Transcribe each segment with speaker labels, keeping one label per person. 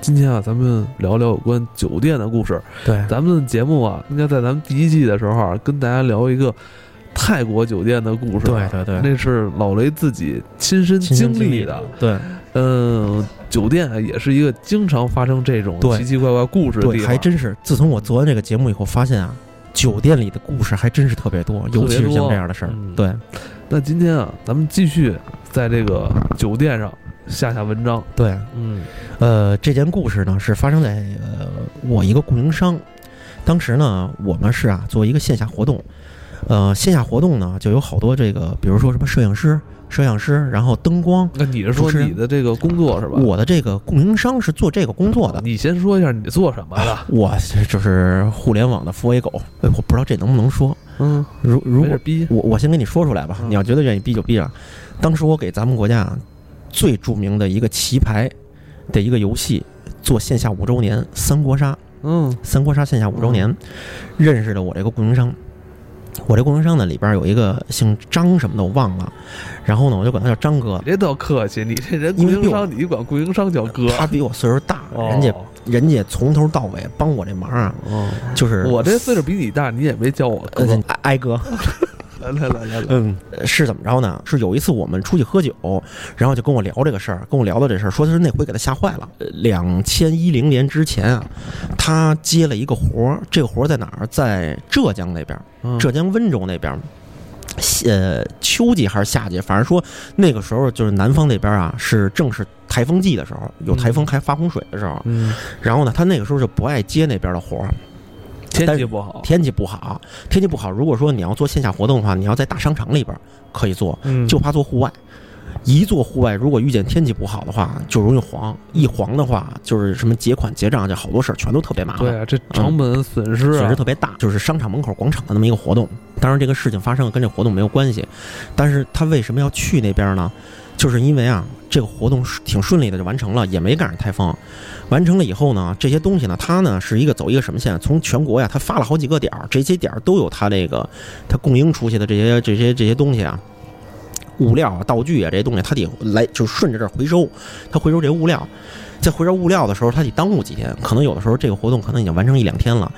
Speaker 1: 今天啊，咱们聊聊有关酒店的故事。
Speaker 2: 对，
Speaker 1: 咱们节目啊，应该在咱们第一季的时候啊，跟大家聊一个泰国酒店的故事啊。
Speaker 2: 对对对
Speaker 1: 那是老雷自己亲身
Speaker 2: 亲身
Speaker 1: 经
Speaker 2: 经
Speaker 1: 历
Speaker 2: 历
Speaker 1: 的。
Speaker 2: 对
Speaker 1: 嗯，酒店啊也是一个经常发生这种
Speaker 2: 对
Speaker 1: 奇奇怪怪故事的地
Speaker 2: 对，
Speaker 1: 方，
Speaker 2: 还真是。自从我做完这个节目以后，发现啊，酒店里的故事还真是特别多，
Speaker 1: 特别
Speaker 2: 尤其是像
Speaker 1: 多
Speaker 2: 这样的事儿
Speaker 1: 嗯。
Speaker 2: 对，
Speaker 1: 那今天啊，咱们继续在这个酒店上下下文章。
Speaker 2: 对，
Speaker 1: 嗯
Speaker 2: 呃，这件故事呢是发生在呃我一个供应商，当时呢我们是啊做一个线下活动，呃线下活动呢就有好多这个，比如说什么摄影师、摄像师，然后灯光。
Speaker 1: 那你是说
Speaker 2: 主持人
Speaker 1: 你的这个工作是吧？
Speaker 2: 我的这个供应商是做这个工作的，
Speaker 1: 你先说一下你做什么的。
Speaker 2: 我就是互联网的佛爷狗，哎，我不知道这能不能说。
Speaker 1: 嗯，
Speaker 2: 如如
Speaker 1: 没
Speaker 2: 果
Speaker 1: 事逼。
Speaker 2: 我我先跟你说出来吧，
Speaker 1: 嗯
Speaker 2: 你要觉得愿意逼就逼啊。当时我给咱们国家啊最著名的一个棋牌的一个游戏做线下五周年三国杀，
Speaker 1: 嗯
Speaker 2: 三国杀线下五周年，认识的我这个供应商。我这供应商呢，里边有一个姓张什么的，我忘了。然后呢，我就管他叫张哥
Speaker 1: 你，这倒客气，你这人
Speaker 2: 因
Speaker 1: 供
Speaker 2: 为
Speaker 1: 应商，你管供应商叫哥，
Speaker 2: 他比我岁数大，
Speaker 1: 哦
Speaker 2: 人家人家从头到尾帮我这忙啊，
Speaker 1: 哦，
Speaker 2: 就是
Speaker 1: 我这岁数比你大，你也没叫我哥。
Speaker 2: 呃挨挨哥。
Speaker 1: 来来来来来，
Speaker 2: 嗯，是怎么着呢？是有一次我们出去喝酒，然后就跟我聊这个事儿，跟我聊到这事儿，说是那回给他吓坏了。呃两千一零年之前啊，他接了一个活儿，这个活儿在哪儿？在浙江那边儿，
Speaker 1: 嗯
Speaker 2: 浙江温州那边儿。呃，秋季还是夏季，反正说那个时候就是南方那边啊，是正是台风季的时候，有台风还发洪水的时候。
Speaker 1: 嗯，
Speaker 2: 然后呢，他那个时候就不爱接那边的活儿，
Speaker 1: 天
Speaker 2: 但
Speaker 1: 气
Speaker 2: 是
Speaker 1: 不好，
Speaker 2: 天气不好，天气不好。如果说你要做线下活动的话，你要在大商场里边儿可以做，
Speaker 1: 嗯
Speaker 2: 就怕做户外。一做户外，如果遇见天气不好的话，就容易黄。一黄的话，就是什么结款、结账，这好多事儿全都特别麻
Speaker 1: 对
Speaker 2: 烦，
Speaker 1: 啊，这成本损失
Speaker 2: 损
Speaker 1: 啊
Speaker 2: 失，特别大。就是商场门口广场的那么一个活动，当然这个事情发生了跟这活动没有关系，但是他为什么要去那边呢？就是因为啊，这个活动是挺顺利的就完成了，也没赶上台风。完成了以后呢，这些东西呢，他呢是一个走一个什么线？从全国呀，他发了好几个点儿，这些点儿都有他这个他供应出去的这些这些这些东西啊，物料啊、道具啊这些东西，他得来就顺着这儿回收，他回收这些物料，在回收物料的时候，他得耽误几天，可能有的时候这个活动可能已经完成一两天了。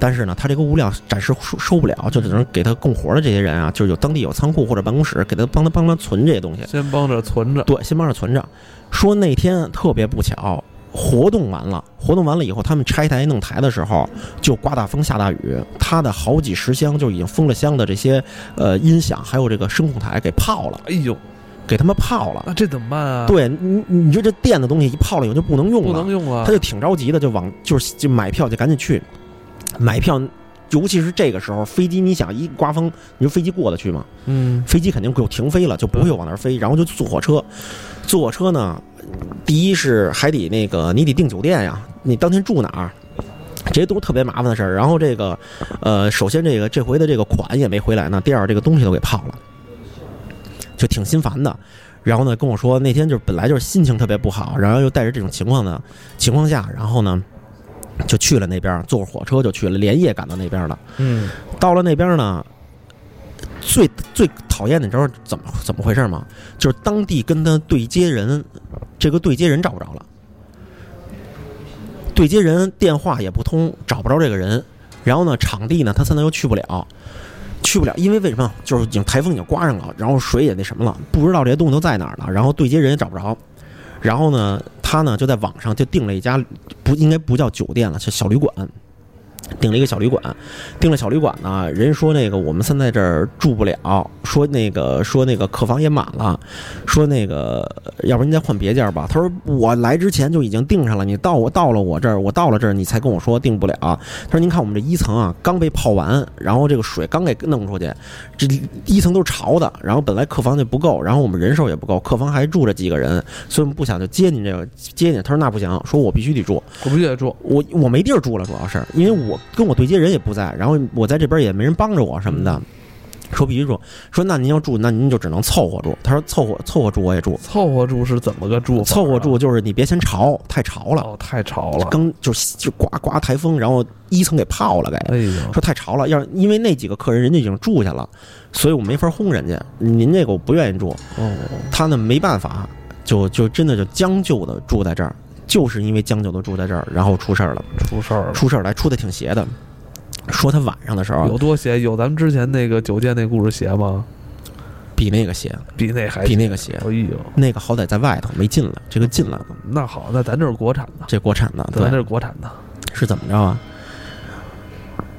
Speaker 2: 但是呢，他这个物料暂时收收不了，就只能给他供活的这些人啊，就是有当地有仓库或者办公室，给他帮他帮他存这些东西。
Speaker 1: 先帮着存着。
Speaker 2: 对，先帮着存着。说那天特别不巧，活动完了，活动完了以后，他们拆台弄台的时候，就刮大风下大雨，他的好几十箱就已经封了箱的这些呃音响，还有这个声控台给泡了，
Speaker 1: 哎呦，
Speaker 2: 给他们泡了。
Speaker 1: 那这怎么办啊？，
Speaker 2: 对你，你你说这电的东西一泡了以后就不能用了，
Speaker 1: 不能用啊了。
Speaker 2: 他就挺着急的，就往就是就买票就赶紧去买票。尤其是这个时候，飞机你想一刮风，你说飞机过得去吗？
Speaker 1: 嗯，
Speaker 2: 飞机肯定就停飞了，就不会往那儿飞，然后就坐火车。坐火车呢，第一是还得那个你得订酒店呀，你当天住哪儿，这些都是特别麻烦的事儿。然后这个，呃，首先这个这回的这个款也没回来呢，第二这个东西都给泡了，就挺心烦的。然后呢，跟我说那天就是本来就是心情特别不好，然后又带着这种情况呢情况下，然后呢就去了那边，坐火车就去了，连夜赶到那边了。
Speaker 1: 嗯，
Speaker 2: 到了那边呢，最最讨厌的你知道是怎么怎么回事吗？就是当地跟他对接人，这个对接人找不着了，对接人电话也不通，找不着这个人。然后呢，场地呢，他现在又去不了，去不了，因为为什么？就是已经台风已经刮上了，然后水也那什么了，不知道这些东西都在哪儿了，然后对接人也找不着。然后呢，他呢就在网上就订了一家不应该不叫酒店了，是小旅馆，订了一个小旅馆。订了小旅馆呢，人家说那个我们现在这儿住不了，说那个说那个客房也满了，说那个要不然你再换别家吧。他说我来之前就已经订上了，你到我到了我这儿，我到了这儿你才跟我说订不了。他说您看我们这一层啊刚被泡完，然后这个水刚给弄出去，这一层都是潮的，然后本来客房就不够，然后我们人手也不够，客房还住着几个人，所以我们不想就接您这个接您。他说那不行，说我必须得住。
Speaker 1: 我必须得住。
Speaker 2: 我我没地
Speaker 1: 嗯
Speaker 2: 儿住了，主要是因为我跟我对接人也不在，然后我在这边也没人帮着我什么的，说必须住，说那您要住，那您就只能凑合住。他说凑合凑合住我也住，
Speaker 1: 凑合住是怎么个住法啊？
Speaker 2: 凑合住就是你别嫌潮，太潮了，
Speaker 1: 哦，太潮了。
Speaker 2: 刚就就刮刮台风，然后一层给泡了给。
Speaker 1: 哎呦，
Speaker 2: 说太潮了，要是因为那几个客人人家已经住下了，所以我没法轰人家。您这个我不愿意住，
Speaker 1: 哦，
Speaker 2: 他呢没办法，就就真的就将就的住在这儿，就是因为将就的住在这儿，然后出事儿了，
Speaker 1: 出事儿了。
Speaker 2: 出事儿来出的挺邪的。说他晚上的时候
Speaker 1: 有多邪？有咱们之前那个酒店那故事邪吗？
Speaker 2: 比那个邪，
Speaker 1: 比那还
Speaker 2: 比
Speaker 1: 邪
Speaker 2: 那个邪，
Speaker 1: 哎呦，
Speaker 2: 那个好歹在外头没进来，这个进来了，
Speaker 1: 那好，那咱这是国产的，
Speaker 2: 这国产的
Speaker 1: 咱这
Speaker 2: 对
Speaker 1: 是国产的。
Speaker 2: 是怎么着啊？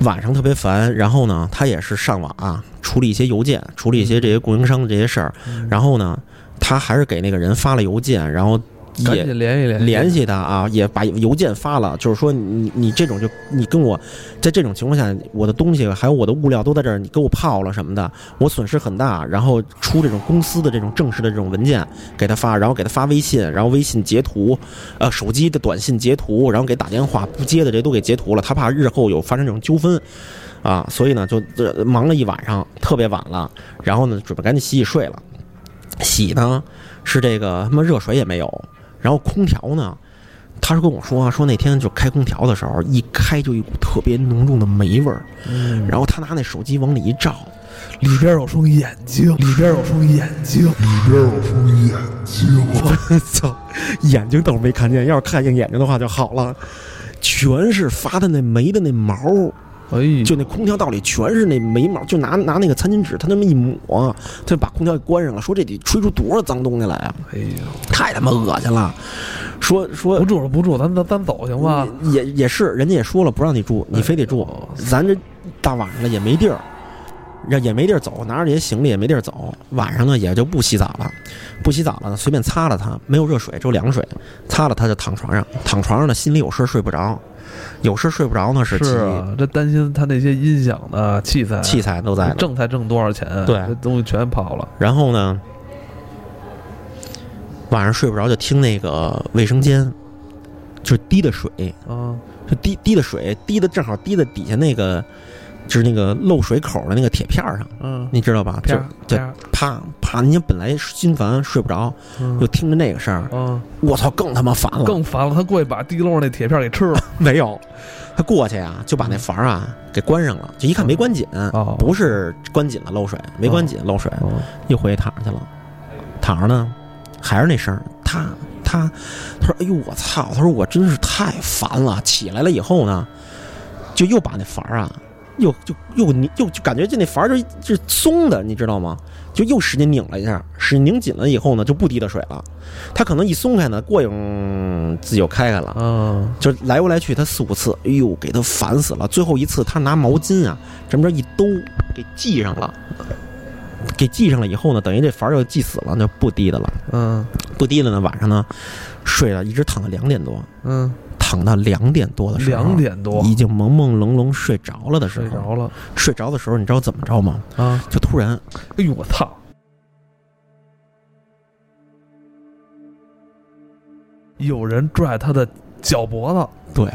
Speaker 2: 晚上特别烦，然后呢，他也是上网啊，处理一些邮件，处理一
Speaker 1: 嗯
Speaker 2: 些这些供应商的这些事儿，然后呢，他还是给那个人发了邮件，然后
Speaker 1: 赶
Speaker 2: 也
Speaker 1: 紧联系联系
Speaker 2: 联系他啊，也把邮件发了，就是说你你这种就你跟我在这种情况下，我的东西还有我的物料都在这儿，你给我泡了什么的，我损失很大。然后出这种公司的这种正式的这种文件给他发，然后给他发微信，然后微信截图，呃，手机的短信截图，然后给打电话不接的这都给截图了，他怕日后有发生这种纠纷。啊，所以呢，就这忙了一晚上，特别晚了，然后呢，准备赶紧洗洗睡了。洗呢是这个他妈热水也没有，然后空调呢，他是跟我说啊说那天就开空调的时候，一开就一股特别浓重的霉味儿，
Speaker 1: 嗯
Speaker 2: 然后他拿那手机往里一照，
Speaker 1: 里边有双眼睛，里边有双眼睛，
Speaker 2: 我 操，眼睛倒是没看见，要是看见眼睛的话就好了，全是发的那霉的那毛，
Speaker 1: 哎呦，
Speaker 2: 就那空调道里全是那眉毛，就拿拿那个餐巾纸，他那么一抹，他就把空调给关上了，说这得吹出多少脏东西来啊，
Speaker 1: 哎呦，
Speaker 2: 太他妈恶心了，说说
Speaker 1: 不住了不住，咱咱咱走行吗？
Speaker 2: 也也是，人家也说了不让你住，你非得住，
Speaker 1: 哦
Speaker 2: 咱这大晚上了也没地儿，也也没地儿走，拿着这些行李也没地儿走，晚上呢也就不洗澡了，不洗澡了呢随便擦了擦，没有热水只有凉水，擦了他就躺床上，躺床上呢心里有事儿睡不着，有事儿睡不着呢是
Speaker 1: 是啊，这担心他那些音响的器材，
Speaker 2: 器器材都在呢，
Speaker 1: 挣才挣多少钱？
Speaker 2: 对
Speaker 1: 这东西全跑了。
Speaker 2: 然后呢晚上睡不着就听那个卫生间就滴的水，
Speaker 1: 啊，
Speaker 2: 就滴滴的水，滴的正好滴在底下那个，就是那个漏水口的那个铁片儿上，
Speaker 1: 嗯，
Speaker 2: 你知道吧？就
Speaker 1: 啪
Speaker 2: 就
Speaker 1: 啪，
Speaker 2: 啪啪，你本来心烦睡不着，
Speaker 1: 嗯
Speaker 2: 又听着那个声儿，
Speaker 1: 啊，
Speaker 2: 我操，更他妈烦了。
Speaker 1: 更烦了，他过去把地漏那铁片给吃了。
Speaker 2: 没有，他过去啊，就把那阀啊给关上了，就一看没关紧，
Speaker 1: 嗯哦
Speaker 2: 不是关紧了漏水，没关紧漏水，
Speaker 1: 哦
Speaker 2: 又回去躺上去了。躺着呢，还是那声儿，他他他说：“哎呦，我操！”他说：“我真是太烦了。”起来了以后呢，就又把那阀儿啊，又就又拧，又就感觉这那阀儿就就是松的，你知道吗？就又使劲拧了一下，使劲拧紧了以后呢，就不滴的水了。他可能一松开呢，过一会儿嗯自己又开开了。
Speaker 1: 嗯，
Speaker 2: 就来回来去，他四五次，哎呦，给他烦死了。最后一次，他拿毛巾啊，这么着一兜，给系上了，给系上了以后呢，等于这阀儿就系死了，那不滴的了，
Speaker 1: 嗯
Speaker 2: 不滴了呢。晚上呢，睡了一直躺到两点多，
Speaker 1: 嗯，
Speaker 2: 躺到两点多的时候，
Speaker 1: 两点多
Speaker 2: 已经朦朦胧胧睡着了的啊时
Speaker 1: 睡
Speaker 2: 候，
Speaker 1: 着了
Speaker 2: 睡着的时候，你知道怎么着吗？
Speaker 1: 啊！
Speaker 2: 就突然
Speaker 1: 哎呦，我操！有人拽他的脚脖子，
Speaker 2: 对。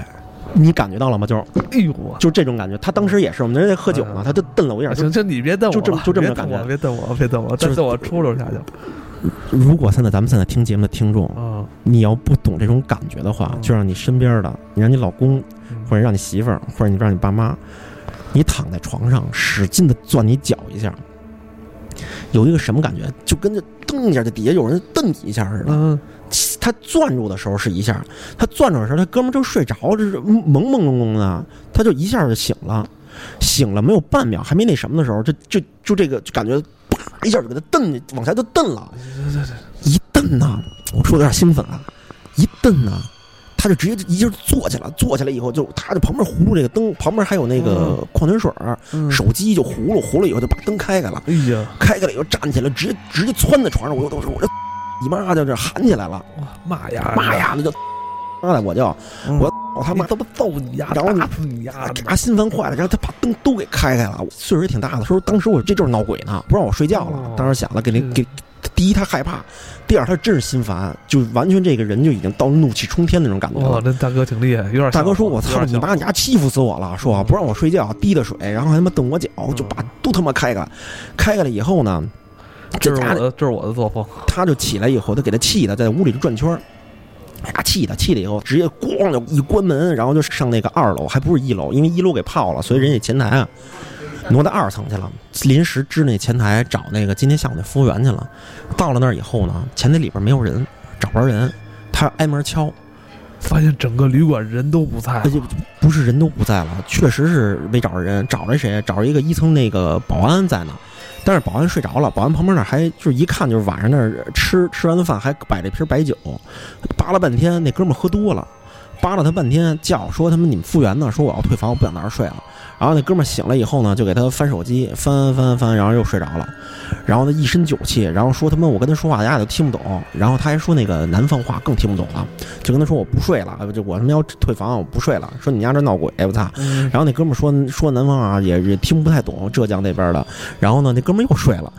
Speaker 2: 你感觉到了吗？就是
Speaker 1: 哎呦我！
Speaker 2: 就这种感觉，他当时也是，我们人家喝酒
Speaker 1: 哎
Speaker 2: 呢
Speaker 1: 呀，
Speaker 2: 他就瞪了我一眼，就
Speaker 1: 行行，你别瞪我
Speaker 2: 就
Speaker 1: 了，
Speaker 2: 这么就这么
Speaker 1: 别
Speaker 2: 感
Speaker 1: 瞪
Speaker 2: 觉
Speaker 1: 我，别瞪我，别瞪我，
Speaker 2: 就
Speaker 1: 再
Speaker 2: 是
Speaker 1: 瞪我出溜下去
Speaker 2: 如果现在咱们现在听节目的听众，
Speaker 1: 啊！
Speaker 2: 你要不懂这种感觉的话
Speaker 1: 嗯，
Speaker 2: 就让你身边的，你让你老公，
Speaker 1: 嗯
Speaker 2: 或者让你媳妇儿，或者你让你爸妈，你躺在床上使劲的攥你脚一下，有一个什么感觉？就跟着蹬一下，这底下有人蹬你一下似的。
Speaker 1: 嗯，
Speaker 2: 他攥住的时候是一下，他攥住的时候，他哥们儿正睡着，这是朦朦胧胧的，他就一下就醒了，醒了没有半秒，还没那什么的时候，这就就这个就感觉啪一下就给他蹬往下就蹬了。一蹬呐，我说有点兴奋啊，一蹬呐，他就直接一下坐起来，坐起来以后就他就旁边葫芦这个灯，旁边还有那个矿泉水儿，
Speaker 1: 嗯
Speaker 2: 手机就葫芦葫芦以后就把灯开开了，
Speaker 1: 哎呀，
Speaker 2: 开开了以后站起来，直接直接窜在床上，我就我就我就你妈就这喊起来了，
Speaker 1: 哇，骂哎呀
Speaker 2: 妈！呀，那就妈的我就
Speaker 1: 嗯
Speaker 2: 我我他
Speaker 1: 你
Speaker 2: 妈
Speaker 1: 他妈揍你呀，
Speaker 2: 然后你哎
Speaker 1: 打死你呀！
Speaker 2: 嘎心烦坏了，然后他把灯都
Speaker 1: 哦嗯
Speaker 2: 给开开了，岁数也挺大的，说当时我这就是闹鬼呢，不让我睡觉了，当时想了给那给。第一他害怕，第二他真是心烦，就完全这个人就已经到怒气冲天那种感觉
Speaker 1: 哇，
Speaker 2: 了。
Speaker 1: 那大哥挺厉害，有点像
Speaker 2: 大哥说：“我
Speaker 1: 有
Speaker 2: 操
Speaker 1: 点
Speaker 2: 你
Speaker 1: 像
Speaker 2: 妈，你丫欺负死我了！说
Speaker 1: 嗯
Speaker 2: 不让我睡觉，滴的水，然后还他妈蹬我脚，就把
Speaker 1: 嗯
Speaker 2: 都他妈开开。开开了以后呢，这
Speaker 1: 这是
Speaker 2: 家
Speaker 1: 我
Speaker 2: 里
Speaker 1: 的，这是我的作风。
Speaker 2: 他就起来以后，他给他气的，在屋里就转圈儿。哎呀，气的，气了以后，直接咣就一关门，然后就上那个二楼，还不是一楼，因为一楼给泡了，所以人家前台啊挪到二层去了，临时支那前台找那个今天下午那服务员去了。到了那儿以后呢，前台里边没有人，找不着人，他挨门敲，
Speaker 1: 发现整个旅馆人都不在
Speaker 2: 而，且不是人都不在了，确实是没找着人，找着谁？找着一个一层那个保安在呢，但是保安睡着了，保安旁边那儿还就是一看就是晚上那儿吃吃完饭还摆着瓶白酒，扒拉半天，那哥们儿喝多了。扒拉他半天，叫说他们你们服务员呢？说我要退房，我不想在这儿睡了。然后那哥们儿醒了以后呢，就给他翻手机，翻翻翻，然后又睡着了。然后呢，一身酒气，然后说他妈我跟他说话，大家都听不懂。然后他还说那个南方话更听不懂了，就跟他说我不睡了，呃就我他妈要退房，我不睡了。说你家这闹鬼，我操！
Speaker 1: 嗯
Speaker 2: 然后那哥们儿说说南方啊，也也听不太懂浙江那边的。然后呢，那哥们儿又睡了，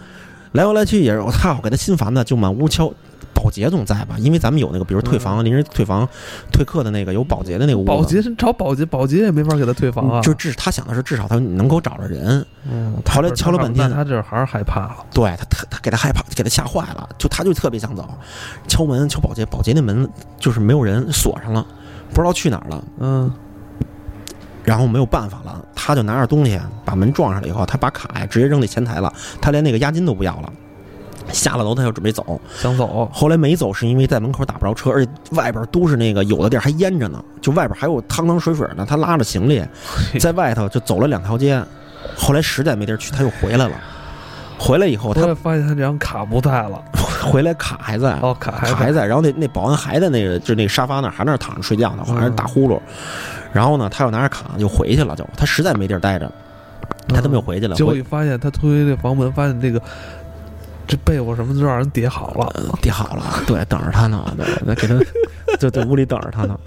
Speaker 2: 来回来去也是我操，给他心烦的，就满屋敲。保洁总在吧？因为咱们有那个，比如退房、临时退房、退客的那个有保洁的那个屋
Speaker 1: 嗯
Speaker 2: 子。
Speaker 1: 保洁找保洁，保洁也没法给他退房啊。
Speaker 2: 嗯就至他想的是至少他能够找着人。
Speaker 1: 嗯，
Speaker 2: 后来敲了半天
Speaker 1: 那他这还是害怕了。
Speaker 2: 对他，他他给他害怕，给他吓坏了，就他就特别想走，敲门敲保洁，保洁那门就是没有人锁上了，不知道去哪儿了。
Speaker 1: 嗯，
Speaker 2: 然后没有办法了，他就拿着东西把门撞上了以后，他把卡呀直接扔那前台了，他连那个押金都不要了。下了楼，他就准备走。
Speaker 1: 想走，
Speaker 2: 后来没走，是因为在门口打不着车，而且外边都是那个有的地儿还淹着呢，就外边还有汤汤水水呢。他拉着行李，在外头就走了两条街，后来实在没地儿去，他又回来了。回来以后，
Speaker 1: 后
Speaker 2: 他
Speaker 1: 来发现他这张卡不在了，
Speaker 2: 回来卡还在，
Speaker 1: 哦，卡还
Speaker 2: 哎卡还在，然后那那保安还在那个就那个沙发那儿，还在那儿躺着睡觉呢，好像是打呼噜。然后呢，他又拿着卡就回去了，就他实在没地儿待着，他都没有回去了。
Speaker 1: 嗯结果
Speaker 2: 回
Speaker 1: 一发现他推这房门，发现这个这被窝什么都让人叠好了。
Speaker 2: 呃叠好了，对，等着 他呢，对，那给他就在屋里等着他呢。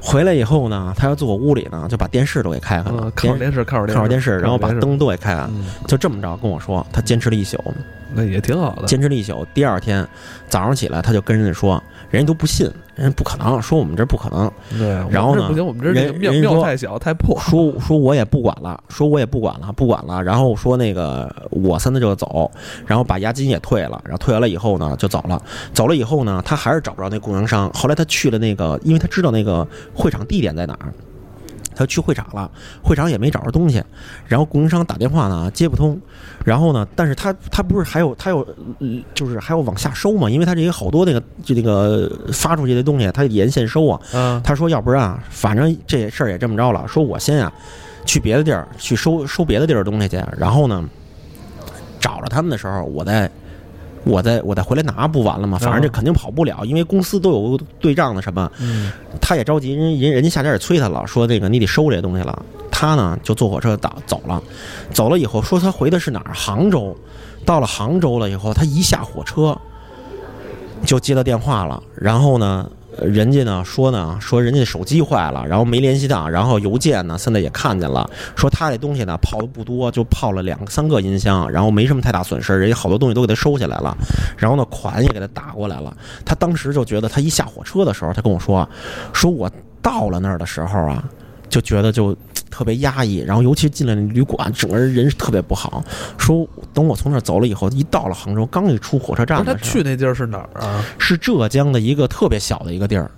Speaker 2: 回来以后呢，他要坐我屋里呢，就把电视都给开开了
Speaker 1: 嗯，，看会儿
Speaker 2: 电
Speaker 1: 电视，看会儿
Speaker 2: 看会儿电
Speaker 1: 视，
Speaker 2: 视，然后把
Speaker 1: 看会儿电视
Speaker 2: 灯都给开开，
Speaker 1: 嗯，
Speaker 2: 就这么着跟我说，他坚持了一宿，
Speaker 1: 那也挺好的。
Speaker 2: 坚持了一宿。第二天早上起来，他就跟人家说，人家都不信，人家不可能，说我们这不可能。
Speaker 1: 对，
Speaker 2: 然后
Speaker 1: 我们这
Speaker 2: 呢
Speaker 1: 不行，我们这这
Speaker 2: 人
Speaker 1: 个庙
Speaker 2: 人说
Speaker 1: 庙太小太破，
Speaker 2: 说说我也不管了，说我也不管了，不管了。然后说那个我三子就走，然后把押金也退了，然后退完了以后呢就走了。走了以后呢，他还是找不着那供应商。后来他去了那个，因为他知道那个会场地点在哪儿。他去会场了，会场也没找着东西，然后供应商打电话呢接不通，然后呢，但是他他不是还有他有、呃就是还要往下收嘛，因为他这些好多那个就那个发出去的东西，他沿线收啊，
Speaker 1: 嗯，
Speaker 2: 他说：“要不然啊，反正这事儿也这么着了，说我先啊，去别的地儿去收收别的地儿的东西去，然后呢，找着他们的时候，我再我再我再回来拿，不完了吗？反正这
Speaker 1: 啊
Speaker 2: 肯定跑不了，因为公司都有对账的什么，
Speaker 1: 嗯
Speaker 2: 他也着急，人人人家下家也催他了，说那个你得收这东西了。他呢就坐火车打走了，走了以后说他回的是哪儿？杭州。到了杭州了以后，他一下火车就接到电话了，然后呢，呃人家呢说呢说人家手机坏了，然后没联系上，然后邮件呢现在也看见了，说他这东西呢泡的不多，就泡了两三个音箱，然后没什么太大损失，人家好多东西都给他收起来了，然后呢款也给他打过来了。他当时就觉得他一下火车的时候，他跟我说，说我到了那儿的时候啊，就觉得就特别压抑，然后尤其进了旅馆，整个人人是特别不好。说等我从那儿走了以后，一到了杭州，刚一出火车
Speaker 1: 不
Speaker 2: 站
Speaker 1: 是他
Speaker 2: 的时候，
Speaker 1: 去那地儿是哪儿啊？
Speaker 2: 是浙江的一个特别小的一个地儿，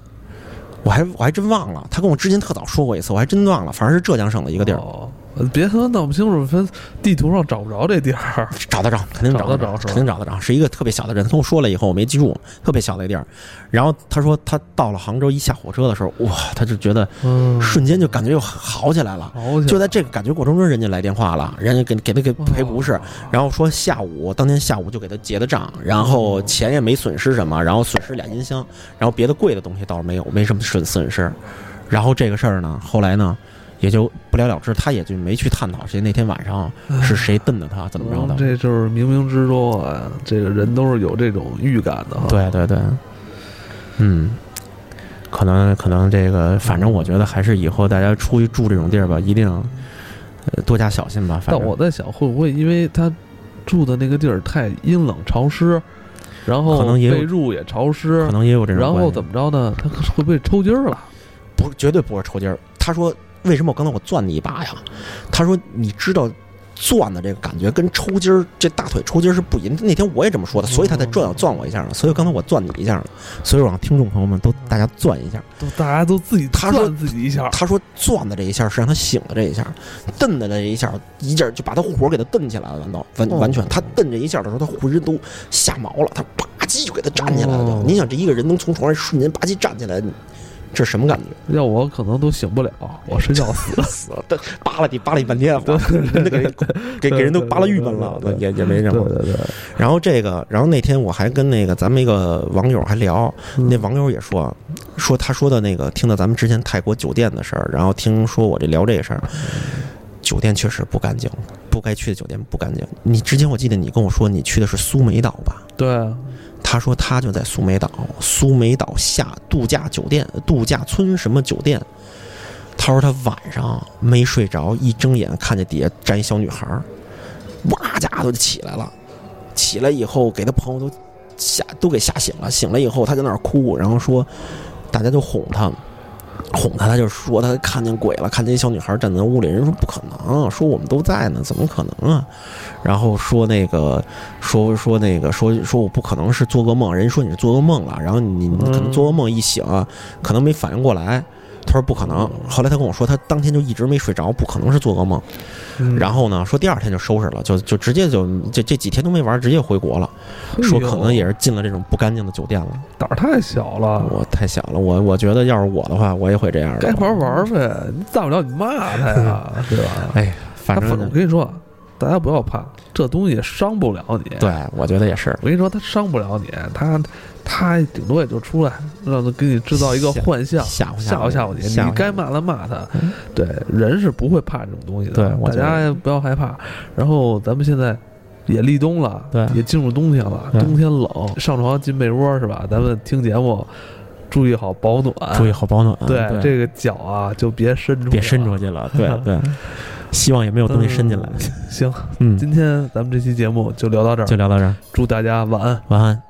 Speaker 2: 我还我还真忘了，他跟我之前特早说过一次，我还真忘了，反正是浙江省的一个地儿，
Speaker 1: 哦，别他妈弄不清楚，分地图上找不着这地儿。
Speaker 2: 找得着，肯定得
Speaker 1: 找得着是吧
Speaker 2: 肯定找得着，是一个特别小的人。他跟我说了以后，我没记住，特别小的一个地儿。然后他说他到了杭州，一下火车的时候，哇，他就觉得
Speaker 1: 嗯，
Speaker 2: 瞬间就感觉又好起来了。
Speaker 1: 好家
Speaker 2: 就
Speaker 1: 伙
Speaker 2: 在这个感觉过程中，人家来电话了，人家给给他给赔不是，然后说下午当天下午就给他结的账，然后钱也没损失什么，然后损失俩音箱，然后别的贵的东西倒是没有，没什么损损失。然后这个事儿呢，后来呢也就不了了之，他也就没去探讨谁那天晚上是谁瞪的他怎么着的。
Speaker 1: 啊这就是冥冥之中啊，这个人都是有这种预感的哈。，
Speaker 2: 对对对，嗯，可能可能这个，反正我觉得还是以后大家出去住这种地儿吧，一定呃多加小心吧。反
Speaker 1: 但
Speaker 2: 正
Speaker 1: 我在想，会不会因为他住的那个地儿太阴冷潮湿，然后
Speaker 2: 可能也有
Speaker 1: 被褥也潮湿
Speaker 2: 可，能也有这种
Speaker 1: 然
Speaker 2: 关
Speaker 1: 后
Speaker 2: 系
Speaker 1: 怎么着呢？他会不会抽筋儿了？
Speaker 2: 不是绝对不是抽筋儿。他说为什么我刚才我攥你一把呀？他说你知道攥的这个感觉跟抽筋儿，这大腿抽筋儿是不一样。那天我也这么说的，所以他
Speaker 1: 哦
Speaker 2: 才这样攥我一下呢。所以刚才我攥你一下呢。所以我让听众朋友们都大家攥一下。
Speaker 1: 都大家都自己
Speaker 2: 他说
Speaker 1: 攥自己一下，
Speaker 2: 他说攥的这一下是让他醒的这一下，蹬的这一下一下就把他火给他蹬起来了，完到完
Speaker 1: 哦
Speaker 2: 完全他蹬这一下的时候，他浑身都吓毛了，他吧唧就给他站起来了。就
Speaker 1: 哦
Speaker 2: 你想这一个人能从床上瞬间吧唧站起来，你这是什么感觉？
Speaker 1: 要我可能都醒不了，我睡觉死了。
Speaker 2: 死了，但扒拉你扒拉你半天， 真的给人给给人都扒拉郁闷了，
Speaker 1: 对对
Speaker 2: 也也没什
Speaker 1: 对
Speaker 2: 么。
Speaker 1: 对对，
Speaker 2: 然后这个，然后那天我还跟那个咱们一个网友还聊，
Speaker 1: 嗯
Speaker 2: 那网友也说说他说的那个听到咱们之前泰国酒店的事儿，然后听说我这聊这个事儿，酒店确实不干净，不该去的酒店不干净。你之前我记得你跟我说你去的是苏梅岛吧？
Speaker 1: 对啊，
Speaker 2: 他说他就在苏梅岛，苏梅岛下度假酒店、度假村什么酒店。他说他晚上没睡着，一睁眼看见底下站一小女孩儿，哇家伙就起来了，起来以后给他朋友都吓都给吓醒了，醒了以后他在那儿哭，然后说大家就哄他。哄他，他就说他看见鬼了，看见一小女孩站在屋里。人说不可能，说我们都在呢，怎么可能啊？然后说那个，说说那个，说说我不可能是做噩梦，人说你是做噩梦了，然后你你可能做噩梦一醒，啊可能没反应过来。他说不可能。后来他跟我说，他当天就一直没睡着，不可能是做噩梦。
Speaker 1: 嗯
Speaker 2: 然后呢，说第二天就收拾了，就就直接就这这几天都没玩，直接回国了。
Speaker 1: 嘿哎呦
Speaker 2: 说可能也是进了这种不干净的酒店了。
Speaker 1: 胆儿太小了，
Speaker 2: 我太小了，我我觉得要是我的话，我也会这样的。
Speaker 1: 该玩玩呗，你大不了你骂他呀， 对吧？
Speaker 2: 哎，反
Speaker 1: 他
Speaker 2: 正
Speaker 1: 我跟你说，大家不要怕，这东西伤不了你。
Speaker 2: 对，我觉得也是。
Speaker 1: 我跟你说，他伤不了你，他他顶多也就出来，让他给你制造一个
Speaker 2: 吓
Speaker 1: 幻象，
Speaker 2: 吓唬
Speaker 1: 吓唬吓唬
Speaker 2: 吓
Speaker 1: 你，
Speaker 2: 唬
Speaker 1: 你该骂他骂他
Speaker 2: 嗯，
Speaker 1: 对，人是不会怕这种东西的，
Speaker 2: 对我
Speaker 1: 大
Speaker 2: 觉得
Speaker 1: 家不要害怕。然后咱们现在也立冬了，
Speaker 2: 对
Speaker 1: 也进入冬天了，
Speaker 2: 对
Speaker 1: 冬天冷，上床进被窝是吧？咱们听节目，注意好保暖，
Speaker 2: 注意好保暖。
Speaker 1: 对
Speaker 2: 对
Speaker 1: 这个脚啊就别伸出去了，
Speaker 2: 别伸出去了。对 对，希望也没有东西伸进来。
Speaker 1: 行，
Speaker 2: 嗯，
Speaker 1: 今天咱们这期节目就聊到这儿，
Speaker 2: 就聊到这儿，
Speaker 1: 祝大家晚安。
Speaker 2: 晚安。